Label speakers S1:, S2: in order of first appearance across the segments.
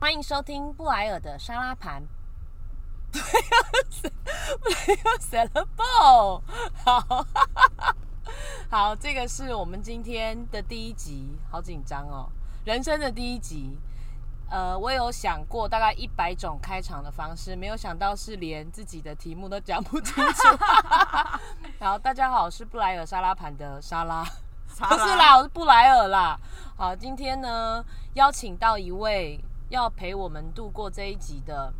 S1: 欢迎收听布莱尔的沙拉盘。 没有 salable，好， 好，这个是我们今天的第一集，好紧张哦，人生的第一集。呃，我有想过大概一百种开场的方式，没有想到是连自己的题目都讲不清楚。好，大家好，我是布莱尔沙拉盘的沙拉。 不是啦，我是布莱尔啦。好，今天呢邀请到一位要陪我们度过这一集的，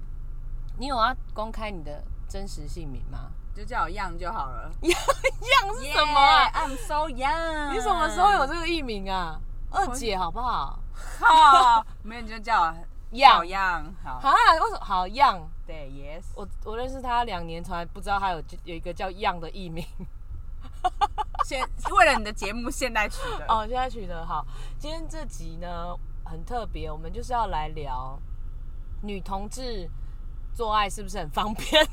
S1: 你有要公开你的真实姓名吗？
S2: 就叫我 Young 就好了。
S1: 样是什么啊
S2: Yeah,？I'm so young。
S1: 你什么时候有这个艺名啊？二姐好不好？
S2: 靠？没有你就叫我叫
S1: Young
S2: Young 好。
S1: 啊，为什么好样？
S2: 对，Yes。
S1: 我我认识他两年，从来不知道他有有一个叫样的艺 名。
S2: 现为了你的节目现代曲的哦，
S1: 哦，现在取得好。今天这集呢很特别，我们就是要来聊女同志做爱是不是很方便？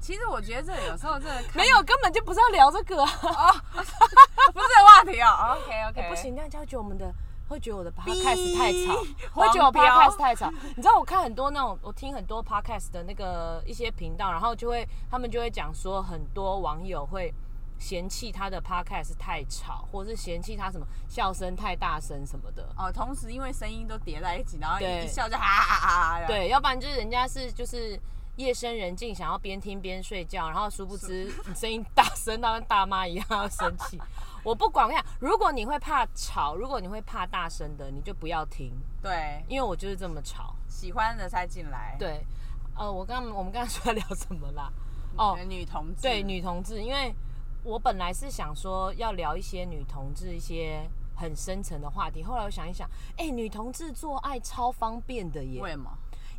S2: 其实我觉得这有时候这个看
S1: 没有，根本就不是要聊这个啊！
S2: 不是这个话题哦。OK
S1: 哎
S2: OK，
S1: 不行，，大家会觉得我们的会觉得我的
S2: B
S1: podcast 太吵，会
S2: 黄
S1: 觉得我
S2: 标
S1: podcast 太吵。你知道我看很多那种，我听很多 podcast 的那个一些频道，然后就会他们就会讲说，很多网友会嫌弃他的 podcast 太吵，或是嫌弃他什么笑声太大声什么的。
S2: 哦，同时因为声音都叠在一起，然后
S1: 对
S2: 一一笑就哈哈哈哈。，
S1: 对，要不然就是人家是就是夜深人静，想要边听边睡觉，然后殊不知你声音大声到跟大妈一样要生气。我不管，我跟你讲，如果你会怕吵，如果你会怕大声的，你就不要听，
S2: 对，
S1: 因为我就是这么吵。
S2: 喜欢的才进来。，
S1: 对，呃，我刚我们刚才说要聊什么啦？哦，
S2: 女同志。
S1: 对，女同志，因为我本来是想说要聊一些女同志一些很深层的话题，后来我想一想，哎、女同志做爱超方便的耶。
S2: 为什么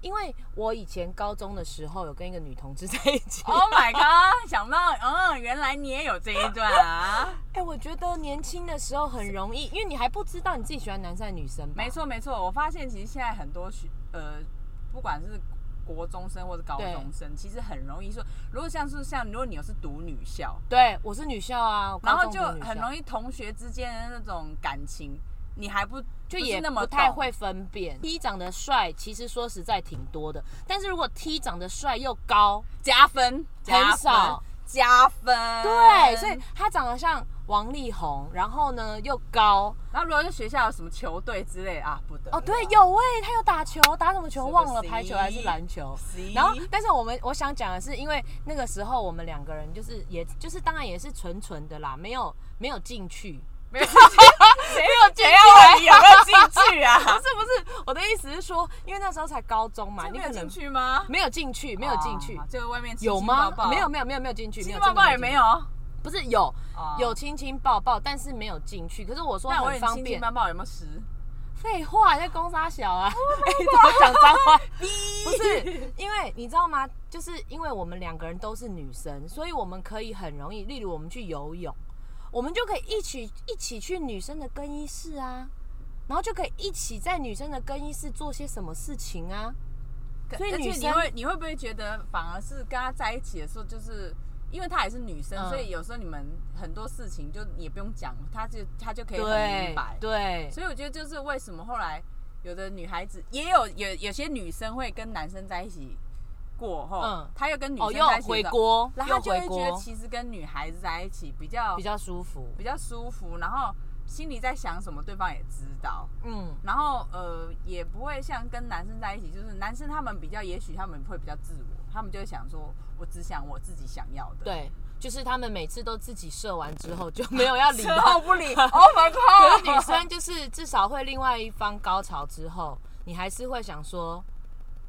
S1: 因为我以前高中的时候有跟一个女同志在一起， 哎、
S2: ？Oh my god！想不到，嗯，原来你也有这一段啊。
S1: 哎我觉得年轻的时候很容易，因为你还不知道你自己喜欢男生还是女生吧
S2: 没，错没错，我发现其实现在很多学呃，不管是国中生或者高
S1: 对
S2: 中生，其实很容易说，如果像是像如果你有是读女校，
S1: 对我是女校啊，我
S2: 然
S1: 高
S2: 后
S1: 中
S2: 就
S1: 读女校
S2: 很容易同学之间的那种感情，你还不
S1: 就
S2: 不是
S1: 也
S2: 那么
S1: 不太
S2: 懂
S1: 会分辨。T 长得帅，其实说实在挺多的，但是如果 T 长得帅又高，
S2: 加分，加分
S1: 少
S2: 加分，
S1: 对，所以他长得像王力宏，然后呢又高，
S2: 然后如果是学校有什么球队之类啊，不得
S1: 哦，对，
S2: 了
S1: 有哎、他有打球，打什么球
S2: 是不
S1: 忘了，
S2: 是
S1: 排球还是篮球
S2: 是。
S1: 然后，但是我们我想讲的是，因为那个时候我们两个人就是也就是当然也是纯纯的啦，没有没有进去，
S2: 没有 谁有谁要你有没有进去
S1: 不
S2: 啊？
S1: 是不是，我的意思是说，因为那时候才高中嘛，
S2: 你
S1: 你
S2: 有
S1: 可
S2: 进
S1: 能
S2: 去吗？
S1: 没有进去，没有进去
S2: 啊，就外面亲
S1: 有
S2: 亲
S1: 吗
S2: 抱抱？
S1: 没有没有没有没有进去，
S2: 亲
S1: 没有
S2: 亲
S1: 真
S2: 抱
S1: 的
S2: 抱也
S1: 进
S2: 没
S1: 去
S2: 有，
S1: 不是有
S2: 哦
S1: 有亲亲抱抱，但是没有进去。可是我说
S2: 那我
S1: 很
S2: 问
S1: 方
S2: 亲亲
S1: 便，
S2: 抱抱有没有十？
S1: 废话，你在攻杀小啊！ 哎你怎么讲脏话？ 不是，因为你知道吗？就是因为我们两个人都是女生，所以我们可以很容易，例如我们去游泳，我们就可以一起一起去女生的更衣室啊，然后就可以一起在女生的更衣室做些什么事情啊。所以
S2: 而且
S1: 女
S2: 你
S1: 生
S2: 会你会不会觉得反而是跟他在一起的时候，就是因为她也是女生，
S1: 嗯
S2: 所以有时候你们很多事情就也不用讲，她就她就可以很明
S1: 对
S2: 白。
S1: 对，
S2: 所以我觉得就是为什么后来有的女孩子也有有有些女生会跟男生在一起过后，
S1: 嗯
S2: 她又跟女
S1: 哦，
S2: 生
S1: 又
S2: 在一起的
S1: 回
S2: 时候，
S1: 锅，
S2: 然后
S1: 又
S2: 她就会
S1: 回
S2: 觉得
S1: 锅，
S2: 其实跟女孩子在一起比较
S1: 比较舒服。
S2: 比较舒服，然后心里在想什么，对方也知道。
S1: 嗯，
S2: 然后呃，也不会像跟男生在一起，就是男生他们比较，也许他们会比较自我，他们就会想说，我只想我自己想要的。，
S1: 对，就是他们每次都自己射完之后 就没有要理
S2: 之
S1: 他
S2: 后不理，Oh my
S1: 可
S2: God！
S1: 是女生就是至少会另外一方高潮之后，你还是会想说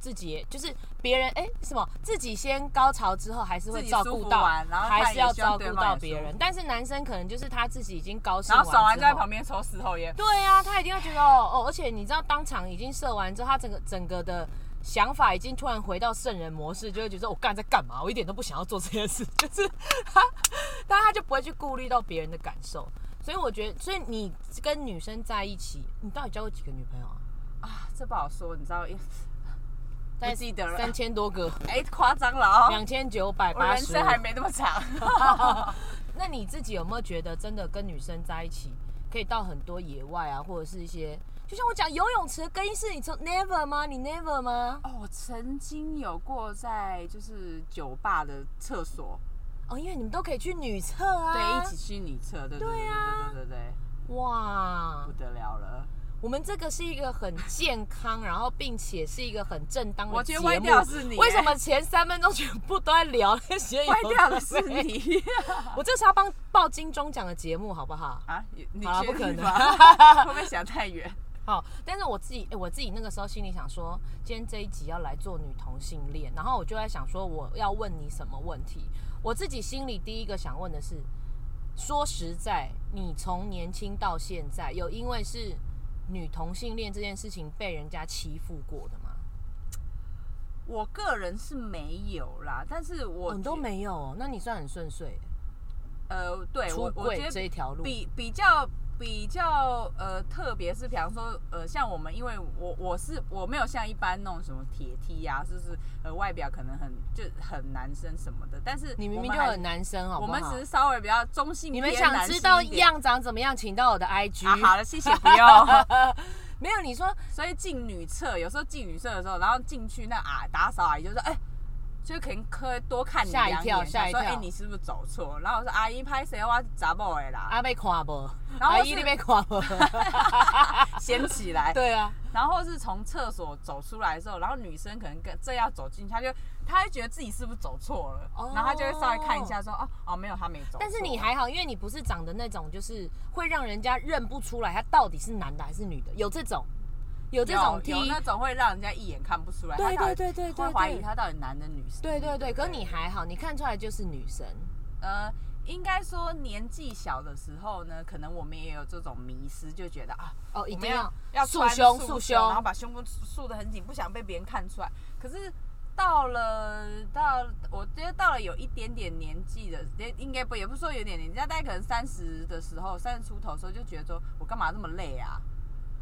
S1: 自己也就是别人哎、什么自己先高潮之后还是会
S2: 自己
S1: 照
S2: 舒
S1: 顾
S2: 服
S1: 到
S2: 完，然后
S1: 还
S2: 看
S1: 是
S2: 也
S1: 要
S2: 希望
S1: 照
S2: 对
S1: 顾
S2: 方
S1: 到
S2: 也
S1: 别
S2: 舒
S1: 人
S2: 服。
S1: 但是男生可能就是他自己已经高兴
S2: 然后爽完
S1: 之
S2: 就在
S1: 后
S2: 旁边抽死后烟，
S1: 对啊，他一定会觉得哦哦，而且你知道当场已经射完之后，他整个整个的。想法已经突然回到圣人模式，就会觉得我哦干在干嘛？我一点都不想要做这件事， 就是他，但他就不会去顾虑到别人的感受。所以我觉得，所以你跟女生在一起，你到底交过几个女朋友啊？
S2: 啊这不好说，你知道，
S1: 在
S2: 不记得了
S1: 三千多 个，
S2: 哎，夸张了哦，
S1: 两千九百
S2: 我
S1: 八
S2: 人
S1: 十。
S2: 生还没那么长。
S1: 那你自己有没有觉得，真的跟女生在一起，可以到很多野外啊，或者是一些，就像我讲游泳池的更衣室，你从 never 吗？你 never 吗？
S2: 哦，我曾经有过在就是酒吧的厕所，
S1: 哦，因为你们都可以去女厕啊，
S2: 对，一起去女厕，对
S1: 对
S2: 对对
S1: 啊
S2: 对对对对，
S1: 哇
S2: 不，得了了。
S1: 我们这个是一个很健康，然后并且是一个很正当的
S2: 我
S1: 节
S2: 觉
S1: 目。
S2: 得歪掉是你
S1: 为什么前三分钟全部都在聊那些？
S2: 坏掉的是。你
S1: 我这是要帮报金钟奖的节目，好不好？
S2: 啊！你你
S1: 好啦
S2: 确
S1: 不可
S2: 定
S1: 能
S2: 吗？ 会不会想太远？
S1: 好，但是我自己、诶我自己那个时候心里想说，今天这一集要来做女同性恋，然后我就在想说，我要问你什么问题？我自己心里第一个想问的是，说实在，你从年轻到现在，有因为是女同性恋这件事情被人家欺负过的吗？
S2: 我个人是没有啦，但是我
S1: 哦、你
S2: 觉
S1: 都没有哦，那你算很顺遂，
S2: 呃，对
S1: 出
S2: 我我
S1: 柜
S2: 觉
S1: 这
S2: 得
S1: 一条路。
S2: 比比较比较呃，特别是比方说呃，像我们，因为我我是我没有像一般那种什么铁梯啊，就是呃外表可能很就很男生什么的，但是
S1: 你明
S2: 我
S1: 明
S2: 们
S1: 就
S2: 还
S1: 很男生，好不好？
S2: 我们只是稍微比较中性
S1: 你
S2: 偏
S1: 们
S2: 男性
S1: 想知
S2: 一点，
S1: 道样长怎么样，请到我的 IG。
S2: 啊？ 好了，谢谢，不用。
S1: 没有你说
S2: 所以进女厕，有时候进女厕的时候，然后进去那啊打扫阿姨就说，哎、就可能可以多看你
S1: 吓一
S2: 两
S1: 跳
S2: 眼，
S1: 吓
S2: 想
S1: 一
S2: 说哎、
S1: 跳
S2: 你是不是走错？然后我说阿姨拍谁哇杂某哎 啦，
S1: 阿被夸不，
S2: 然后
S1: 阿
S2: 是
S1: 姨你被夸 不？
S2: 掀起来。
S1: 对啊，
S2: 然后是从厕所走出来的时候，然后女生可能跟正要走进去，她就她会觉得自己是不是走错了，
S1: 哦
S2: 然后她就会稍微看一下说哦哦没有，她没走错。
S1: 但是你还好，因为你不是长得那种就是会让人家认不出来他到底是男的还是女的，有这种，有
S2: 有
S1: 这种 T，
S2: 有那种会让人家一眼看不出来，
S1: 对
S2: 她到底
S1: 对对对对
S2: 会怀疑她到底男的女生。
S1: 对对对，可是你还好，你看出来就是女生。
S2: 呃，应该说年纪小的时候呢，可能我们也有这种迷失，就觉得啊，
S1: 哦，一
S2: 我
S1: 定
S2: 们
S1: 要
S2: 要
S1: 束
S2: 穿
S1: 胸束
S2: 束
S1: 胸
S2: 然后把胸部束得很紧，不想被别人看出来。可是到了到，我觉得到了有一点点年纪的，也应该不也不是说有点年纪，大概可能三十的时候，三十出头的时候就觉得说，我干嘛那么累啊？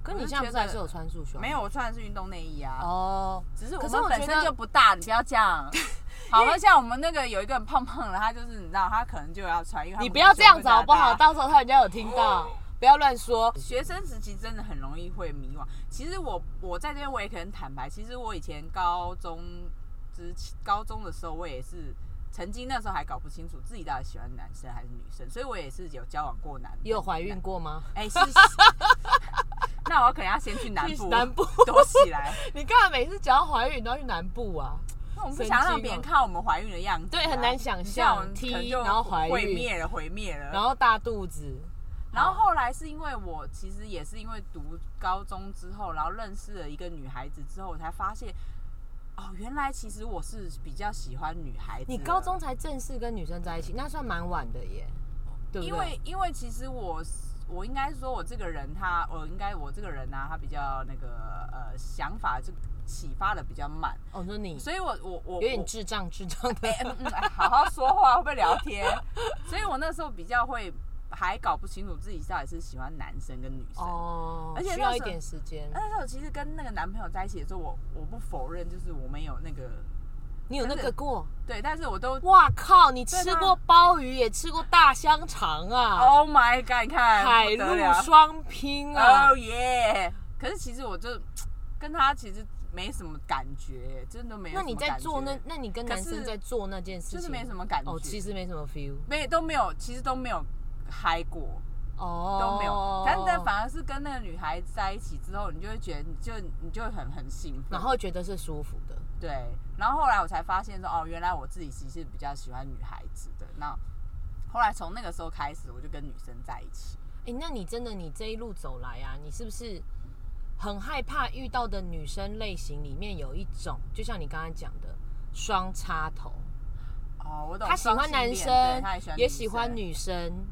S1: 可是你
S2: 我就
S1: 现在不
S2: 觉
S1: 是还
S2: 得
S1: 是有穿束胸？啊
S2: 没有，我穿的是运动内衣啊。
S1: 哦，
S2: 只是
S1: 可
S2: 我
S1: 是我
S2: 们本
S1: 觉得
S2: 身就不大，你不要 这样。好了，像我们那个有一个很胖胖的，他就是你知道，他可能就要穿，因为他
S1: 你
S2: 们
S1: 不要这样
S2: 胸
S1: 子
S2: 部大
S1: 好不好？
S2: 大哦
S1: 到时候他人家有听到，不要乱说。
S2: 学生时期真的很容易会迷惘。其实我我在这边我也可能坦白，其实我以前高中之前高中的时候，我也是曾经那时候还搞不清楚自己到底喜欢男生还是女生，所以我也是有交往过男的。
S1: 也有怀孕过 吗？
S2: 哎、是。那我可能要先去南部
S1: 南部
S2: 躲 起来，
S1: 你干嘛每次只要怀孕你都要去南部啊？
S2: 我们不想让别人看到我们怀孕的样子、啊，
S1: 哦对很难想象
S2: 你这样我们可能就
S1: 踢然后怀孕
S2: 毁灭了，毁灭了，
S1: 然后大肚子，
S2: 然后后来是因为我其实也是因为读高中之后，然后认识了一个女孩子之后，我才发现，哦，原来其实我是比较喜欢女孩子的。
S1: 你高中才正式跟女生在一起，那算蛮晚的耶，对不对？
S2: 因为因为其实我是我应该说我这个人他我应该我这个人呢、他比较那个呃想法就启发的比较慢，
S1: 哦，说你
S2: 所以我我我
S1: 有点
S2: 我
S1: 智障，智障的。
S2: 嗯嗯，哎好好说话，会不会聊天？所以我那时候比较会还搞不清楚自己到底是喜欢男生跟女 生。
S1: 哦，
S2: 而且
S1: 需要一
S2: 那时候呃
S1: 点时间。
S2: 那时候其实跟那个男朋友在一起的时候，我我不否认，就是我没有那个
S1: 你有那
S2: 真
S1: 个
S2: 的
S1: 过？
S2: 对，但是我都
S1: 哇靠！你
S2: 对啊
S1: 吃
S2: 吗
S1: 过鲍鱼，也吃过大香肠啊，
S2: Oh my God，你看
S1: 海
S2: 不得
S1: 陆
S2: 了
S1: 双拼啊。
S2: Oh yeah！可是其实我就跟他其实没什么感觉，真的没有
S1: 那
S2: 什么感觉。
S1: 你在做那？那你跟
S2: 可
S1: 男生
S2: 是
S1: 在做那件事情，
S2: 就是没什么感觉，
S1: 哦，其实没什么 feel
S2: 没都没有，其实都没有嗨过，
S1: 哦，
S2: 都没有。但但反而是跟那个女孩在一起之后，你就会觉得你就你就会很很兴奋，
S1: 然后觉得是舒服的。
S2: 对，然后后来我才发现说，哦，原来我自己其实比较喜欢女孩子的。那后来从那个时候开始，我就跟女生在一起。
S1: 哎、那你真的你这一路走来啊，你是不是很害怕遇到的女生类型里面有一种，就像你刚刚讲的双插头，
S2: 哦，我懂。
S1: 她喜欢男
S2: 对
S1: 生
S2: 她也喜，欢
S1: 也
S2: 生
S1: 喜欢。女生，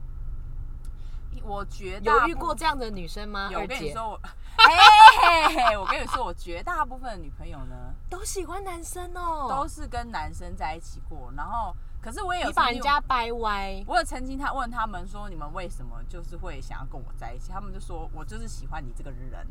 S2: 我绝大
S1: 有遇
S2: 部
S1: 过这样的女生吗？
S2: 有，
S1: 二
S2: 我跟你
S1: 姐
S2: 说， 我，哎，我跟你说，我绝大部分的女朋友呢，
S1: 都喜欢男生哦，
S2: 都是跟男生在一起过。然后，可是我也有
S1: 你把
S2: 曾
S1: 人
S2: 经
S1: 家掰歪，
S2: 我有曾经他问他们说，你们为什么就是会想要跟我在一起？他们就说我就是喜欢你这个人，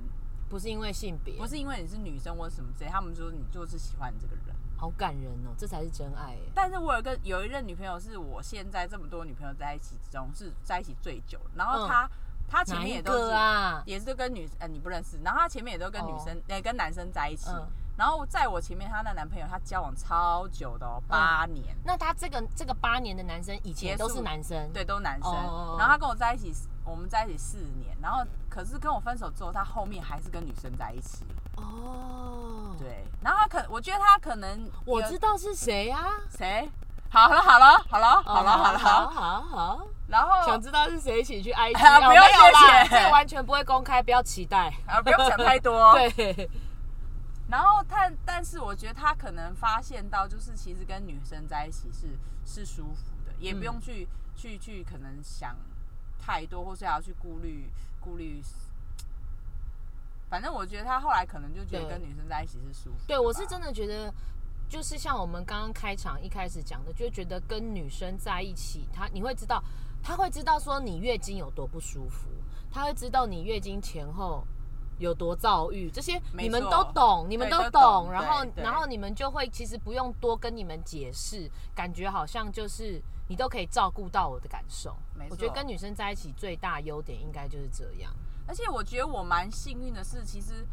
S1: 不是因为性别，
S2: 不是因为你是女生或什么之类。他们说你就是喜欢你这个人。
S1: 好感人哦，这才是真爱耶。
S2: 但是我有一个有一任女朋友，是我现在这么多女朋友在一起之中是在一起最久，然后她他前
S1: 嗯哪
S2: 面
S1: 一
S2: 也都是
S1: 个啊？哦
S2: 也是跟女呃你不认识，然后她前面也都跟女生呃、跟男生在一起，
S1: 嗯，
S2: 然后在我前面她那男朋友她交往超久的哦，
S1: 嗯
S2: 八年，
S1: 那他这个这个八年的男生以前
S2: 结
S1: 都
S2: 束
S1: 是男生，
S2: 对，都男生，
S1: 哦
S2: 然后她跟我在一起，我们在一起四年，然后可是跟我分手之后，她后面还是跟女生在一起，
S1: 哦，，
S2: 对，然后她可我觉得她可能
S1: 我
S2: 有
S1: 知道是谁啊。哦
S2: 谁。好了好了好了好了好了，
S1: 好好好，
S2: 然后
S1: 想知道是谁，请去 IG，
S2: 啊
S1: 哦
S2: 不
S1: 没
S2: 用
S1: 有啦，
S2: 谢
S1: 这
S2: 谢
S1: 个完全不会公开，不要期待。
S2: 啊不用想太多，，
S1: 对，
S2: 然后但但是我觉得他可能发现到，就是其实跟女生在一起是是舒服的，
S1: 嗯
S2: 也不用去、去去可能想太多，或是要去顾虑顾虑。反正我觉得他后来可能就觉得
S1: 对
S2: 跟女生在一起是舒服的吧。
S1: 对我是真的觉得，就是像我们刚刚开场一开始讲的，就觉得跟女生在一起，她你会知道，她会知道说你月经有多不舒服，她会知道你月经前后有多躁郁，这些
S2: 没
S1: 你们
S2: 错
S1: 都懂，你们
S2: 对都
S1: 懂，
S2: 懂
S1: 然后
S2: 对对
S1: 然后你们就会其实不用多跟你们解释，感觉好像就是你都可以照顾到我的感受
S2: 没。
S1: 我觉得
S2: 错
S1: 跟女生在一起最大优点应该就是这样。
S2: 而且我觉得我蛮幸运的是，其实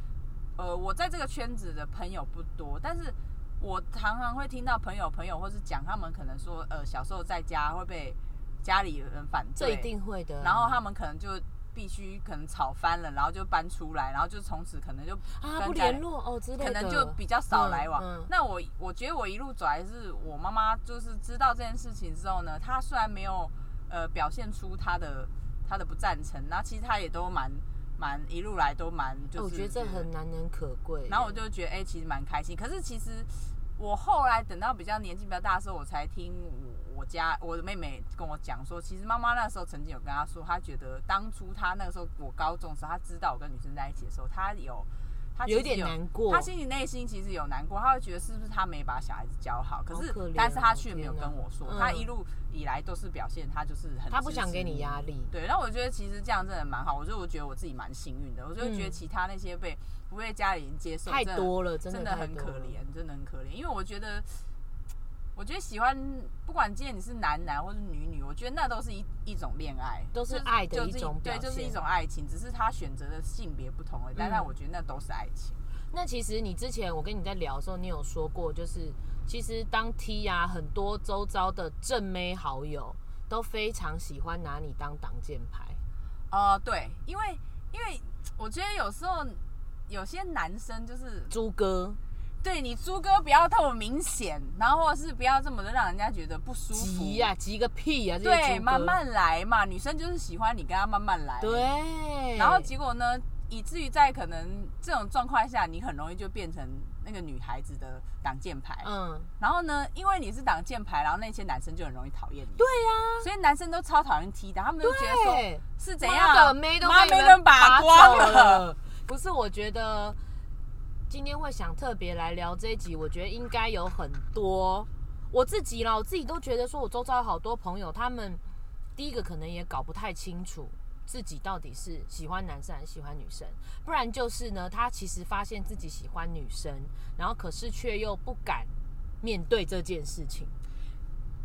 S2: 呃，我在这个圈子的朋友不多，但是我常常会听到朋友朋友或是讲他们可能说，呃，小时候在家会被家里人反
S1: 这
S2: 对，
S1: 一定会的啊。
S2: 然后他们可能就必须可能吵翻了，然后就搬出来，然后就从此可能就
S1: 啊
S2: 跟
S1: 不
S2: 家里
S1: 联络哦之类的，
S2: 可能就比较少来往。
S1: 嗯嗯
S2: 那我我觉得我一路走来是我妈妈就是知道这件事情之后呢，她虽然没有呃表现出她的她的不赞成，然后其实她也都蛮蛮一路来都蛮就是、
S1: 哎我觉得这很难能可贵。
S2: 然后我就觉得，哎、其实蛮开心。可是其实我后来等到比较年纪比较大的时候，我才听我我家我的妹妹跟我讲说，其实妈妈那时候曾经有跟她说，她觉得当初她那个时候我高中的时候，她知道我跟女生在一起的时候，她有她其实
S1: 有一点难过
S2: 她心里内心其实有难过，她会觉得是不是她没把小孩子教好？可是
S1: 好可怜哦
S2: 但是她却没有跟我说
S1: 天，哪
S2: 她
S1: 嗯
S2: 一路以来都是表现她就是很
S1: 他不
S2: 支
S1: 想
S2: 持
S1: 给你压力，
S2: 对，那我觉得其实这样真的蛮好，我就我觉得我自己蛮幸运的，我就会觉得
S1: 嗯
S2: 其他那些被不被家里人接受，
S1: 太
S2: 真的
S1: 多了，真
S2: 真
S1: 的
S2: 的
S1: 太
S2: 很
S1: 多了
S2: 可怜，真的很可怜。因为我觉得，我觉得喜欢，不管今天你是男男或是女女，我觉得那都是一一种恋爱，
S1: 都是
S2: 就
S1: 爱的
S2: 就
S1: 一
S2: 是
S1: 种
S2: 对，
S1: 表
S2: 就是一
S1: 现
S2: 种爱情，只是他选择的性别不同而已。但
S1: 嗯
S2: 但我觉得那都是爱情，
S1: 那其实你之前我跟你在聊的时候，你有说过，就是其实当 T 啊，很多周遭的正妹好友都非常喜欢拿你当挡箭牌。
S2: 哦，对，因为因为我觉得有时候有些男生就是
S1: 猪哥
S2: 对你猪哥不要太明显，然后或者是不要这么的让人家觉得不舒服。
S1: 急呀、急个屁啊呀、这些
S2: 对，
S1: 猪哥
S2: 慢慢来嘛，女生就是喜欢你跟她慢慢来。
S1: 对，
S2: 然后结果呢，以至于在可能这种状况下，你很容易就变成那个女孩子的挡箭牌。
S1: 嗯，
S2: 然后呢，因为你是挡箭牌，然后那些男生就很容易讨厌你。
S1: 对呀、
S2: 所以男生都超讨厌踢的，他们都觉得说
S1: 对。
S2: 是怎样，
S1: 妈的妹都
S2: 妈
S1: 被你
S2: 都
S1: 们
S2: 拔
S1: 光
S2: 光了。。
S1: 不是，我觉得今天会想特别来聊这一集，我觉得应该有很多我自己啦，我自己都觉得说，我周遭有好多朋友，他们第一个可能也搞不太清楚。自己到底是喜欢男生还是喜欢女生？不然就是呢，他其实发现自己喜欢女生，然后可是却又不敢面对这件事情。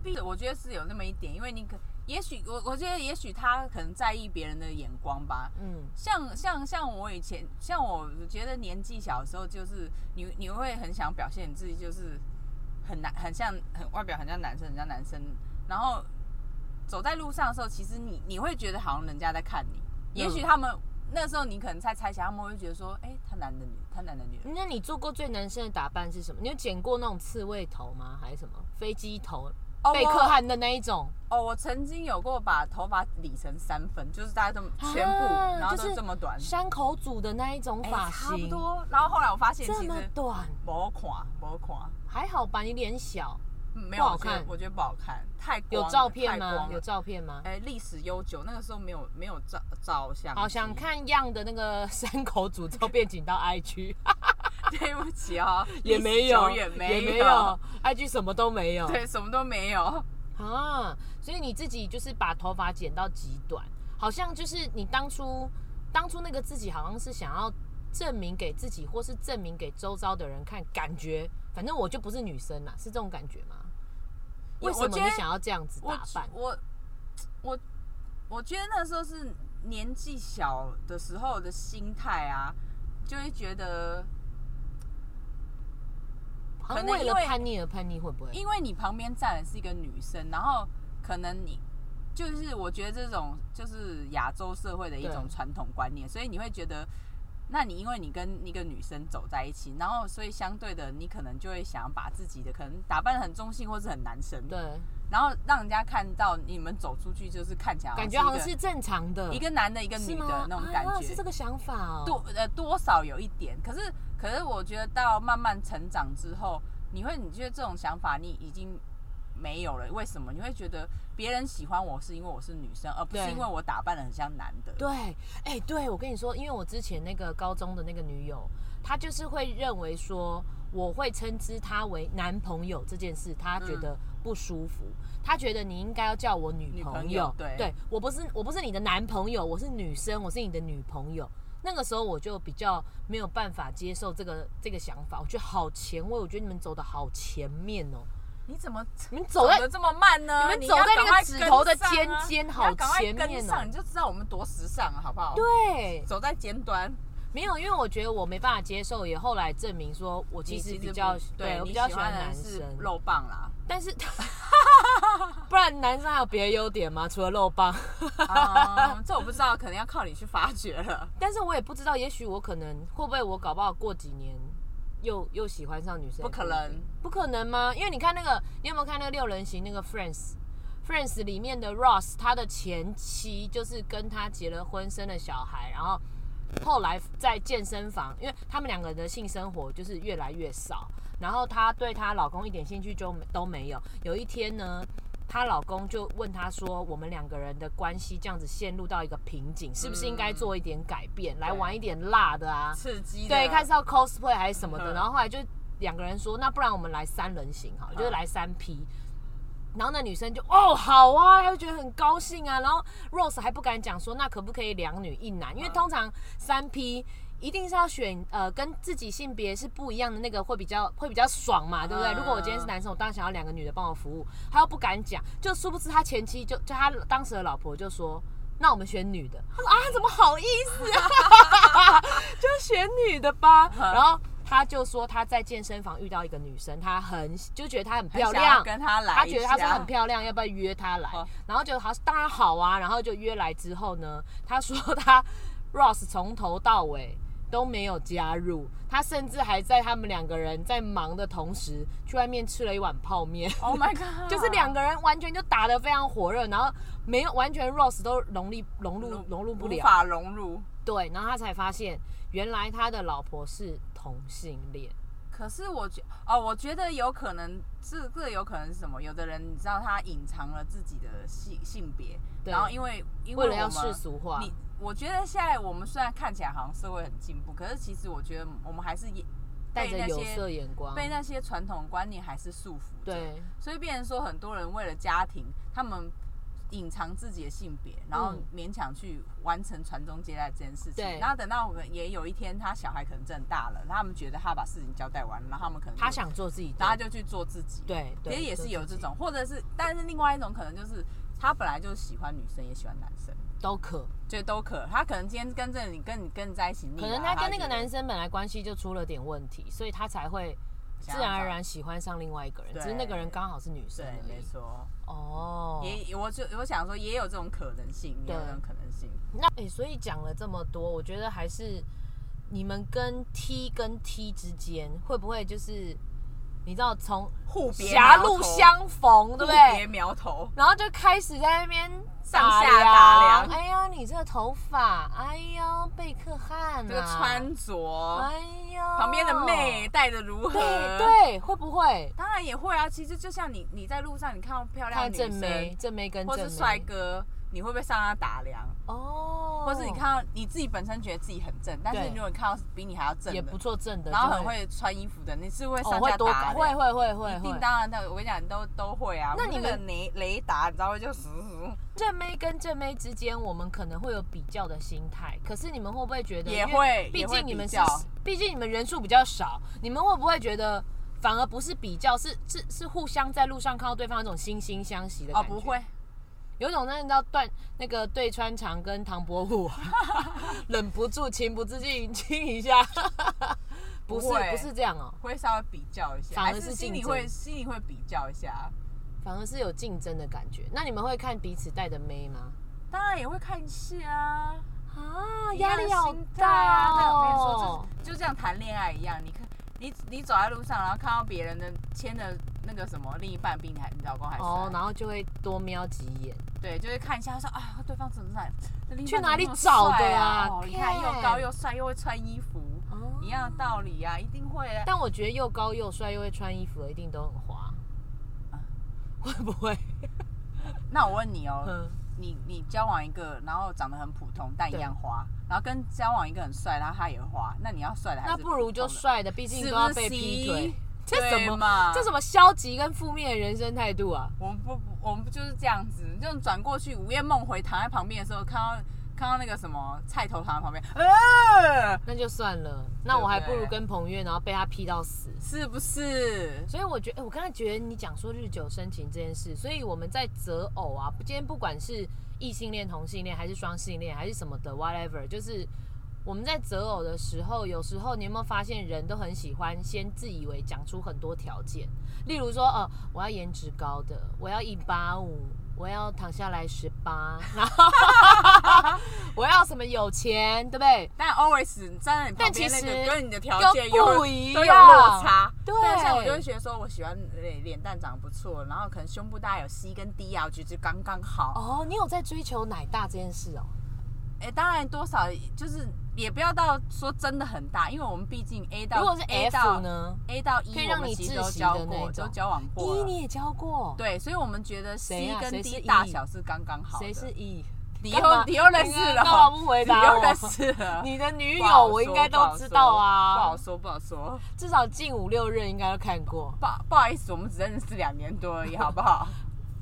S2: 是我觉得是有那么一点，因为你可也许我我觉得也许他可能在意别人的眼光吧，
S1: 嗯，
S2: 像像像我以前，像我觉得年纪小的时候，就是你你会很想表现你自己，就是很男，很像很外表很像男生，很像男生。然后走在路上的时候，其实你你会觉得好像人家在看你。也许他们、那时候你可能在猜想，他们会觉得说，哎、他男的女，他男的女的。
S1: 那你做过最男生的打扮是什么？你有剪过那种刺猬头吗？还是什么飞机头、
S2: 哦
S1: 贝克汉的那一种？
S2: 我哦，我曾经有过把头发理成三分，就是大家都全部，
S1: 啊
S2: 然后
S1: 就
S2: 都
S1: 是
S2: 这么短，
S1: 山口组的那一种
S2: 哎
S1: 发
S2: 差
S1: 型，
S2: 不多。然后后来我发现
S1: 这
S2: 其
S1: 么
S2: 实
S1: 短，
S2: 没款，没款。
S1: 还好吧？你脸小，
S2: 嗯没
S1: 不
S2: 有，
S1: 好
S2: 我觉得
S1: 看
S2: 我觉得不好看，太光
S1: 有
S2: 了
S1: 照片
S2: 太
S1: 吗
S2: 光？了
S1: 有照片吗？
S2: 哎，历史悠久，那个时候没有没有照照相，
S1: 好想。看样的那个山口组照片，请到 IG，
S2: 对不起哦，
S1: 也没有，也
S2: 历史久远没
S1: 没有，IG 什么都没有。
S2: 对，什么都没有。
S1: 啊，所以你自己就是把头发剪到极短，好像就是你当初当初那个自己，好像是想要证明给自己，或是证明给周遭的人看，感觉反正我就不是女生啦，是这种感觉吗？
S2: 我
S1: 为什么
S2: 我觉得
S1: 你想要这样子
S2: 我
S1: 打扮？
S2: 我我我觉得那时候是年纪小的时候的心态啊，就会觉得，
S1: 好
S2: 可
S1: 像
S2: 能
S1: 为了
S2: 因为
S1: 叛逆而叛逆，会不会？
S2: 因为你旁边站的是一个女生，然后可能你就是我觉得这种就是亚洲社会的一种
S1: 对
S2: 传统观念，所以你会觉得，那你因为你跟一个女生走在一起，然后所以相对的你可能就会想要把自己的可能打扮得很中性或是很男生，
S1: 对，
S2: 然后让人家看到你们走出去啊就是看起来
S1: 感觉好像
S2: 是一
S1: 是正常的，
S2: 个一个男的一个
S1: 是
S2: 女
S1: 吗
S2: 的那种感觉，
S1: 啊是这个想法哦。
S2: 多呃多少有一点，可是可是我觉得到慢慢成长之后，你会你觉得这种想法你已经没有了，为什么？你会觉得别人喜欢我是因为我是女生，而不是
S1: 对
S2: 因为我打扮的很像男的。
S1: 对，哎、对我跟你说，因为我之前那个高中的那个女友，她就是会认为说，我会称之她为男朋友这件事，她
S2: 嗯
S1: 觉得不舒服，她觉得你应该要叫我女
S2: 女
S1: 朋友，
S2: 朋友对
S1: 我不是我不是你的男朋友，我是女生，我是你的女朋友。那个时候我就比较没有办法接受这个这个想法，我觉得好前卫，我觉得你们走的好前面哦，
S2: 你怎么
S1: 你们走
S2: 走
S1: 在
S2: 的这么慢呢？
S1: 你们
S2: 要
S1: 走在那个
S2: 赶快
S1: 指
S2: 跟
S1: 头的
S2: 上啊
S1: 尖尖
S2: 你要
S1: 好
S2: 赶快
S1: 前
S2: 跟
S1: 面哦
S2: 上你就知道我们多时尚了，好不好？，
S1: 对，
S2: 走在尖端，
S1: 没有，因为我觉得我没办法接受，也后来证明说我其
S2: 你
S1: 实
S2: 不
S1: 比较
S2: 对，
S1: 我
S2: 你
S1: 比较喜
S2: 喜
S1: 欢
S2: 欢
S1: 男
S2: 的是
S1: 生，
S2: 肉 棒啦。
S1: 但 是不然男生还有别的优点吗？除了肉棒，
S2: 啊，这我不知道，可能要靠你去发掘了。
S1: 但是我也不知道，也许我可能会不会我搞不好过几年又又喜欢上女生，
S2: 不可能，
S1: 不可能吗？因为你看那个，你有没有看那个六人行那个 Friends？Friends 里面的 Ross，他的前妻就是跟他结了婚，生了小孩，然后后来在健身房，因为他们两个人的性生活就是越来越少，然后她对她老公一点兴趣就没都没有。有一天呢，她老公就问她说：“我们两个人的关系这样子陷入到一个瓶颈，是不是应该做一点改变，来玩一点辣的啊？”
S2: 刺激的
S1: 对，开始要 cosplay 还是什么的，
S2: 嗯
S1: 然后后来就两个人说，那不然我们来三人行好了，就是来三批。然后那女生就哦好啊，她就觉得很高兴啊。然后 Rose 还不敢讲说，那可不可以两女一男？因为
S2: 嗯
S1: 通常三 P 一定是要选呃跟自己性别是不一样的那个会比较会比较爽嘛，对不对？
S2: 嗯
S1: 如果我今天是男生，我当然想要两个女的帮我服务。她又不敢讲，就殊不知她前妻就就她当时的老婆就说，那我们选女的。她说啊，怎么好意思啊？就选女的吧。
S2: 嗯
S1: 然后她就说她在健身房遇到一个女生，她很就觉得她很
S2: 很
S1: 漂
S2: 想要
S1: 亮，
S2: 跟他来一下，
S1: 他觉得她说很漂亮，要不要约她来
S2: 好？
S1: 然后就好，当然好啊。然后就约来之后呢，他说他 Ross 从头到尾都没有加入，他甚至还在他们两个人在忙的同时，去外面吃了一碗泡面。
S2: Oh my god！
S1: 就是两个人完全就打得非常火热，然后没有完全 Ross 都融入融入融入不
S2: 无
S1: 了，
S2: 法融入。
S1: 对，然后他才发现原来他的老婆是同性恋，
S2: 可是我觉哦，我觉得有可能，这这有可能是什么？有的人你知道他隐藏了自己的性性别，
S1: 对
S2: 然后因为因为
S1: 为了要
S2: 我
S1: 世
S2: 们
S1: 俗化，
S2: 你我觉得现在我们虽然看起来好像社会很进步，可是其实我觉得我们还是也
S1: 带
S2: 被
S1: 着
S2: 那
S1: 有
S2: 些
S1: 色眼光，
S2: 被那些传统观念还是束缚着。
S1: 对
S2: 所以变成说，很多人为了家庭，他们隐藏自己的性别，然后勉强去完成传宗接代这件事情。
S1: 嗯对
S2: 然后等到我们也有一天，他小孩可能真的大了，他们觉得他把事情交代完了，然后他们可能就
S1: 他，想做自己的，
S2: 然后他就去做自己。，
S1: 对，对
S2: 其实也是有
S1: 做自己
S2: 这种，或者是，但是另外一种可能就是，他本来就喜欢女生，也喜欢男生。
S1: 都可，
S2: 就都可，他可能今天跟着你，跟你跟你在一起腻了，
S1: 可能他跟那个
S2: 啊觉得
S1: 男生本来关系就出了点问题，所以他才会自
S2: 想要
S1: 然而
S2: 找
S1: 然喜欢上另外一个人，只
S2: 对
S1: 是那个人刚好是女生
S2: 对，
S1: 而
S2: 没
S1: 已。
S2: 错，
S1: 哦，
S2: 也我就我想说，也有这种可能性，也有
S1: 对
S2: 这种可能性。
S1: 那诶、所以讲了这么多，我觉得还是你们跟 T 跟 T 之间会不会就是你知道从
S2: 互别
S1: 狭
S2: 苗
S1: 路
S2: 头
S1: 相逢，对不
S2: 别
S1: 对？
S2: 苗头，
S1: 然后就开始在那边
S2: 上下
S1: 打
S2: 打量
S1: 哎呀，你这个头发，哎呀，贝克汉、啊，
S2: 这个穿着，
S1: 哎呀，
S2: 旁边的妹，带的如何？
S1: 对，对，会不会
S2: 当然也会啊。其实就像你，你在路上你看到漂亮
S1: 看
S2: 的
S1: 正
S2: 女
S1: 妹
S2: 生，
S1: 正妹跟
S2: 或
S1: 正
S2: 是
S1: 妹
S2: 帅哥，你会不会上他打量？
S1: 哦，
S2: 或是你看到你自己本身觉得自己很正，但是
S1: 对
S2: 如果你看到比你还要正
S1: 也
S2: 的
S1: 不，做正的，
S2: 然后
S1: 就
S2: 很会穿衣服的，你是不是会
S1: 哦
S2: 上
S1: 会
S2: 下
S1: 多
S2: 打
S1: 感会
S2: 量？
S1: 会会会
S2: 一定
S1: 会。
S2: 当然的，我跟你讲，你都都会啊。
S1: 那你
S2: 我
S1: 们
S2: 个雷雷达，你知道吗？就死
S1: 正妹跟正妹之间，我们可能会有比较的心态，可是你们会不会觉得，
S2: 也
S1: 因为
S2: 会
S1: 毕
S2: 也会
S1: 竟你们
S2: 比
S1: 是
S2: 较，
S1: 毕竟你们人数比较少，你们会不会觉得，反而不是比较，是是是互相在路上看到对方有种惺惺相惜的
S2: 哦，
S1: 感觉？
S2: 不会，
S1: 有种那你知道断那个对穿肠跟唐伯虎、啊， 忍不住情不自禁亲一下， 不是
S2: 不会
S1: 不是这样哦、
S2: 会稍微比较一下，
S1: 反而
S2: 还是
S1: 是竞
S2: 心里
S1: 争
S2: 会心里会比较一下。
S1: 反而是有竞争的感觉。那你们会看彼此带的妹吗？
S2: 当然也会看戏啊，
S1: 啊，
S2: 一
S1: 压
S2: 样
S1: 力
S2: 的
S1: 好
S2: 心态
S1: 大
S2: 啊。但我跟你
S1: 哦
S2: 说，！就是就这样谈恋爱一样，你看你你走在路上，然后看到别人的牵着那个什么另一半比你还你老公还帅，
S1: 哦，然后就会多瞄几眼，
S2: 对，就会看一下说啊，对方怎么长，这另一
S1: 去
S2: 半
S1: 哪里
S2: 怎么这么
S1: 找
S2: 帅
S1: 的啊
S2: 啊？哦，你看又高
S1: 看
S2: 又帅又会穿衣服，
S1: 哦
S2: 一样的道理啊，一定会啊。
S1: 但我觉得又高又帅又会穿衣服的一定都很滑，
S2: 啊
S1: 会不会？
S2: 那我问你哦，
S1: 嗯，
S2: 你你交往一个然后长得很普通但一
S1: 对
S2: 样花，然后跟交往一个很帅，然后他也花，那你要帅的还是
S1: 那不如就
S2: 普通的
S1: 帅的，毕竟
S2: 是
S1: 都
S2: 不
S1: 要
S2: 是
S1: 被
S2: C？
S1: 劈腿。这
S2: 对
S1: 什么？
S2: 嘛？
S1: 这什么消极跟负面的人生态度啊？
S2: 我们不，我们不就是这样子？就转过去，午夜梦回躺在旁边的时候，看到看到那个什么菜头躺在旁边，呃，
S1: 那就算了，那我还不如
S2: 对
S1: 跟彭越，然后被他劈到死。
S2: 是不是？
S1: 所以我觉得，哎我刚才觉得你讲说日久生情这件事，所以我们在择偶啊，今天不管是异性恋、同性恋，还是双性恋，还是什么的，whatever，就是我们在择偶的时候，有时候你有没有发现，人都很喜欢先自以为讲出很多条件，例如说，呃，我要颜值高的，我要一八五，我要躺下来十八，然后我要什么有钱，对不对？
S2: 但 always 站在你旁边那
S1: 但其
S2: 个
S1: 实
S2: 跟你的条件
S1: 又
S2: 有
S1: 不一样
S2: 都有落差。
S1: 对
S2: 但像我就会觉得说，我喜欢脸脸蛋长得不错，然后可能胸部大概有 C 跟 D 啊，我觉得就刚刚好。
S1: 哦，你有在追求奶大这件事哦？
S2: 哎、当然多少就是也不要到说真的很大，因为我们毕竟 A 到
S1: 如果是
S2: A
S1: F
S2: 到
S1: 呢？
S2: A 到 E，
S1: 可以让
S2: 我们
S1: 你
S2: 其实
S1: 窒
S2: 都
S1: 息
S2: 交
S1: 的那
S2: 过，
S1: 种
S2: 都交往过
S1: 一
S2: 了。
S1: 你也教过，
S2: 对，所以我们觉得
S1: 谁
S2: C
S1: 呀
S2: 跟
S1: 谁是
S2: D
S1: E？
S2: 大小是刚刚好的。
S1: 谁是 E？
S2: 你
S1: 干嘛
S2: 又你又认识了
S1: 你干嘛不回答
S2: 你
S1: 我
S2: 又认识了。
S1: 你的女
S2: 不好
S1: 友
S2: 说
S1: 我应该
S2: 不好
S1: 都知道
S2: 说不好
S1: 啊，
S2: 说，不好说。
S1: 至少近五六任应该都看过。
S2: 不好不好意思，我们只认识两年多而已，好不 好？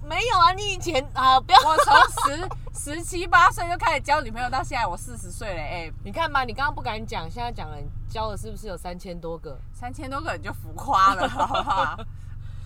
S1: 没有啊，你以前啊，不要
S2: 我从十十七八岁就开始交女朋友，到现在我四十岁了，哎、
S1: 你看吧，你刚刚不敢讲，现在讲了，你教的是不是有三千多个？
S2: 三千多个人就浮夸了，好不好？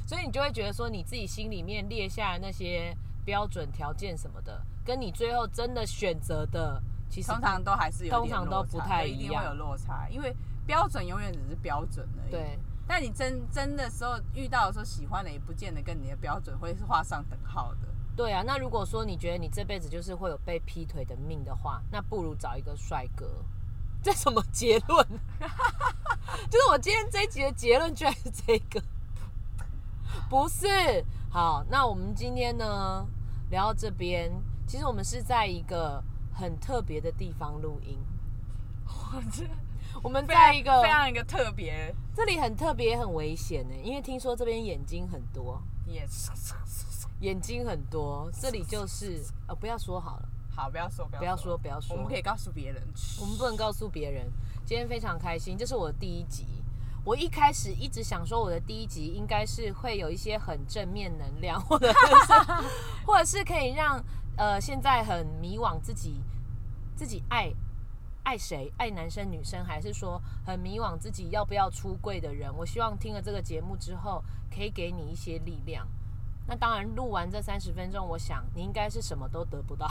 S1: 所以你就会觉得说，你自己心里面列下的那些标准条件什么的，跟你最后真的选择的，其实
S2: 通常都还是有
S1: 通
S2: 点
S1: 常都
S2: 落
S1: 不
S2: 差
S1: 太
S2: 都
S1: 一
S2: 一定会
S1: 样
S2: 有落差，因为标准永远只是标准而已。。
S1: 对。
S2: 但你真真的时候遇到的时候，喜欢的也不见得跟你的标准会是画上等号的。
S1: 对啊，那如果说你觉得你这辈子就是会有被劈腿的命的话，那不如找一个帅哥。这什么结论？ 就是我今天这一集的结论居然是这个，不是？好，那我们今天呢聊到这边，其实我们是在一个很特别的地方录音，我们
S2: 非常
S1: 呃在一个
S2: 非常一个特别，
S1: 这里很特别，很危险呢，因为听说这边眼睛很多，
S2: 也
S1: 眼睛很多，这里就是呃、不要说 好了。
S2: 好，不要说，不
S1: 不要说，不要说，
S2: 我们可以告诉别人，
S1: 我们不能告诉别人。今天非常开心，这是我的第一集。我一开始一直想说，我的第一集应该是会有一些很正面能量，或者是 或者是可以让呃现在很迷惘自己自己爱爱谁，爱男生女生，还是说很迷惘自己要不要出柜的人。我希望听了这个节目之后，可以给你一些力量。那当然，录完这三十分钟，我想你应该是什么都得不到。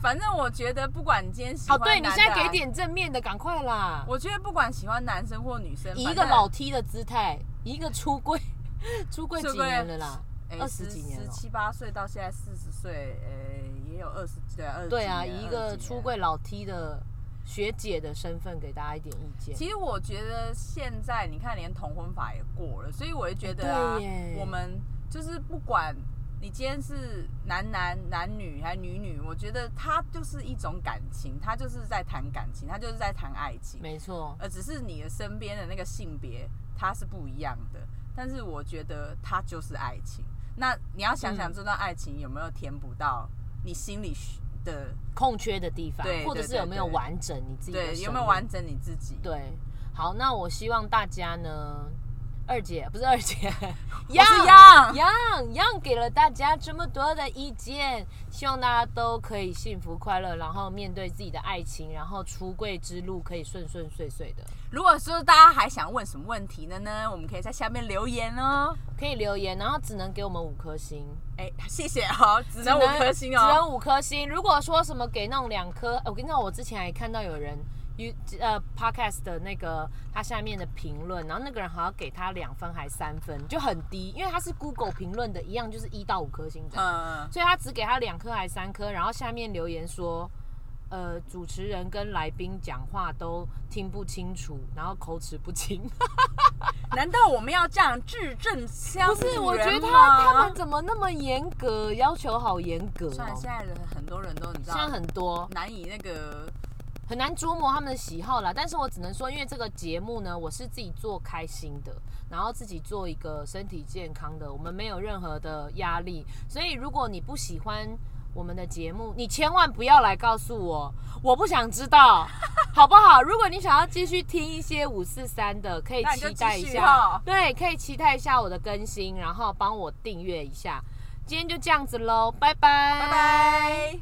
S2: 反正我觉得不管你今天喜
S1: 好，
S2: 欢
S1: 哦对你
S2: 男
S1: 现
S2: 的
S1: 在
S2: 啊
S1: 给，点正面的，赶快啦！
S2: 我觉得不管喜欢男生或女生，
S1: 以一
S2: 反
S1: 个
S2: 正
S1: 老 T 的姿态，以一个出柜， 出柜
S2: 出
S1: 几
S2: 柜
S1: 年了啦？
S2: 哎
S1: 二十几年
S2: 十
S1: 了
S2: 七八岁到现在四十岁，呃，也有二十对二十
S1: 对啊，以
S2: 以
S1: 一个出。柜老 T 的学姐的身份给大家一点意见。
S2: 其实我觉得现在你看，连同婚法也过了，所以我就觉得啊
S1: 哎对耶，
S2: 我们就是不管你今天是男男、男女还是女女，我觉得它就是一种感情，它就是在谈感情，它就是在谈爱情，
S1: 没错，
S2: 而只是你的身边的那个性别它是不一样的。但是我觉得它就是爱情。那你要想想
S1: 嗯
S2: 这段爱情有没有填补到你心里需的
S1: 空缺的地方
S2: 对，
S1: 或者是
S2: 对
S1: 有没有
S2: 对
S1: 完整你自己的
S2: 对
S1: 生
S2: 有没有
S1: 命
S2: 完整你自己？
S1: 对，好，那我希望大家呢，二姐不是二姐，
S2: 我是
S1: 样
S2: 样，
S1: 样样给了大家这么多的意见，希望大家都可以幸福快乐，然后面对自己的爱情，然后出柜之路可以顺顺遂遂的。
S2: 如果说大家还想问什么问题的呢，我们可以在下面留言哦。
S1: 可以留言，然后只能给我们五颗星，
S2: 哎，谢谢哦，只能五颗星
S1: 只
S2: 哦。
S1: 能五颗星。如果说什么给弄两颗，呃我跟你讲，我之前还看到有人。You, 呃，podcast 的那个他下面的评论，然后那个人好像给他两分还三分，就很低，因为他是 Google 评论的一样，就是一到五颗星这样，
S2: 嗯，
S1: 所以他只给他两颗还三颗，然后下面留言说，呃，主持人跟来宾讲话都听不清楚，然后口齿不 清，
S2: 难道我们要这样字正腔
S1: 不
S2: 圆
S1: 是，我觉得他
S2: 吗
S1: 他们怎么那么严格，要求好严格、哦。
S2: 算了，现在人很多人都你知
S1: 现在
S2: 道
S1: 很多
S2: 难以那个
S1: 很难捉摸他们的喜好啦，但是我只能说，因为这个节目呢，我是自己做开心的，然后自己做一个身体健康的，我们没有任何的压力，所以如果你不喜欢我们的节目，你千万不要来告诉我，我不想知道，好不好？如果你想要继续听一些五四三的，可以
S2: 那你就
S1: 期待一
S2: 继续
S1: 下
S2: 哦，
S1: 对，可以期待一下我的更新，然后帮我订阅一下。今天就这样子喽，拜拜，
S2: 拜。拜。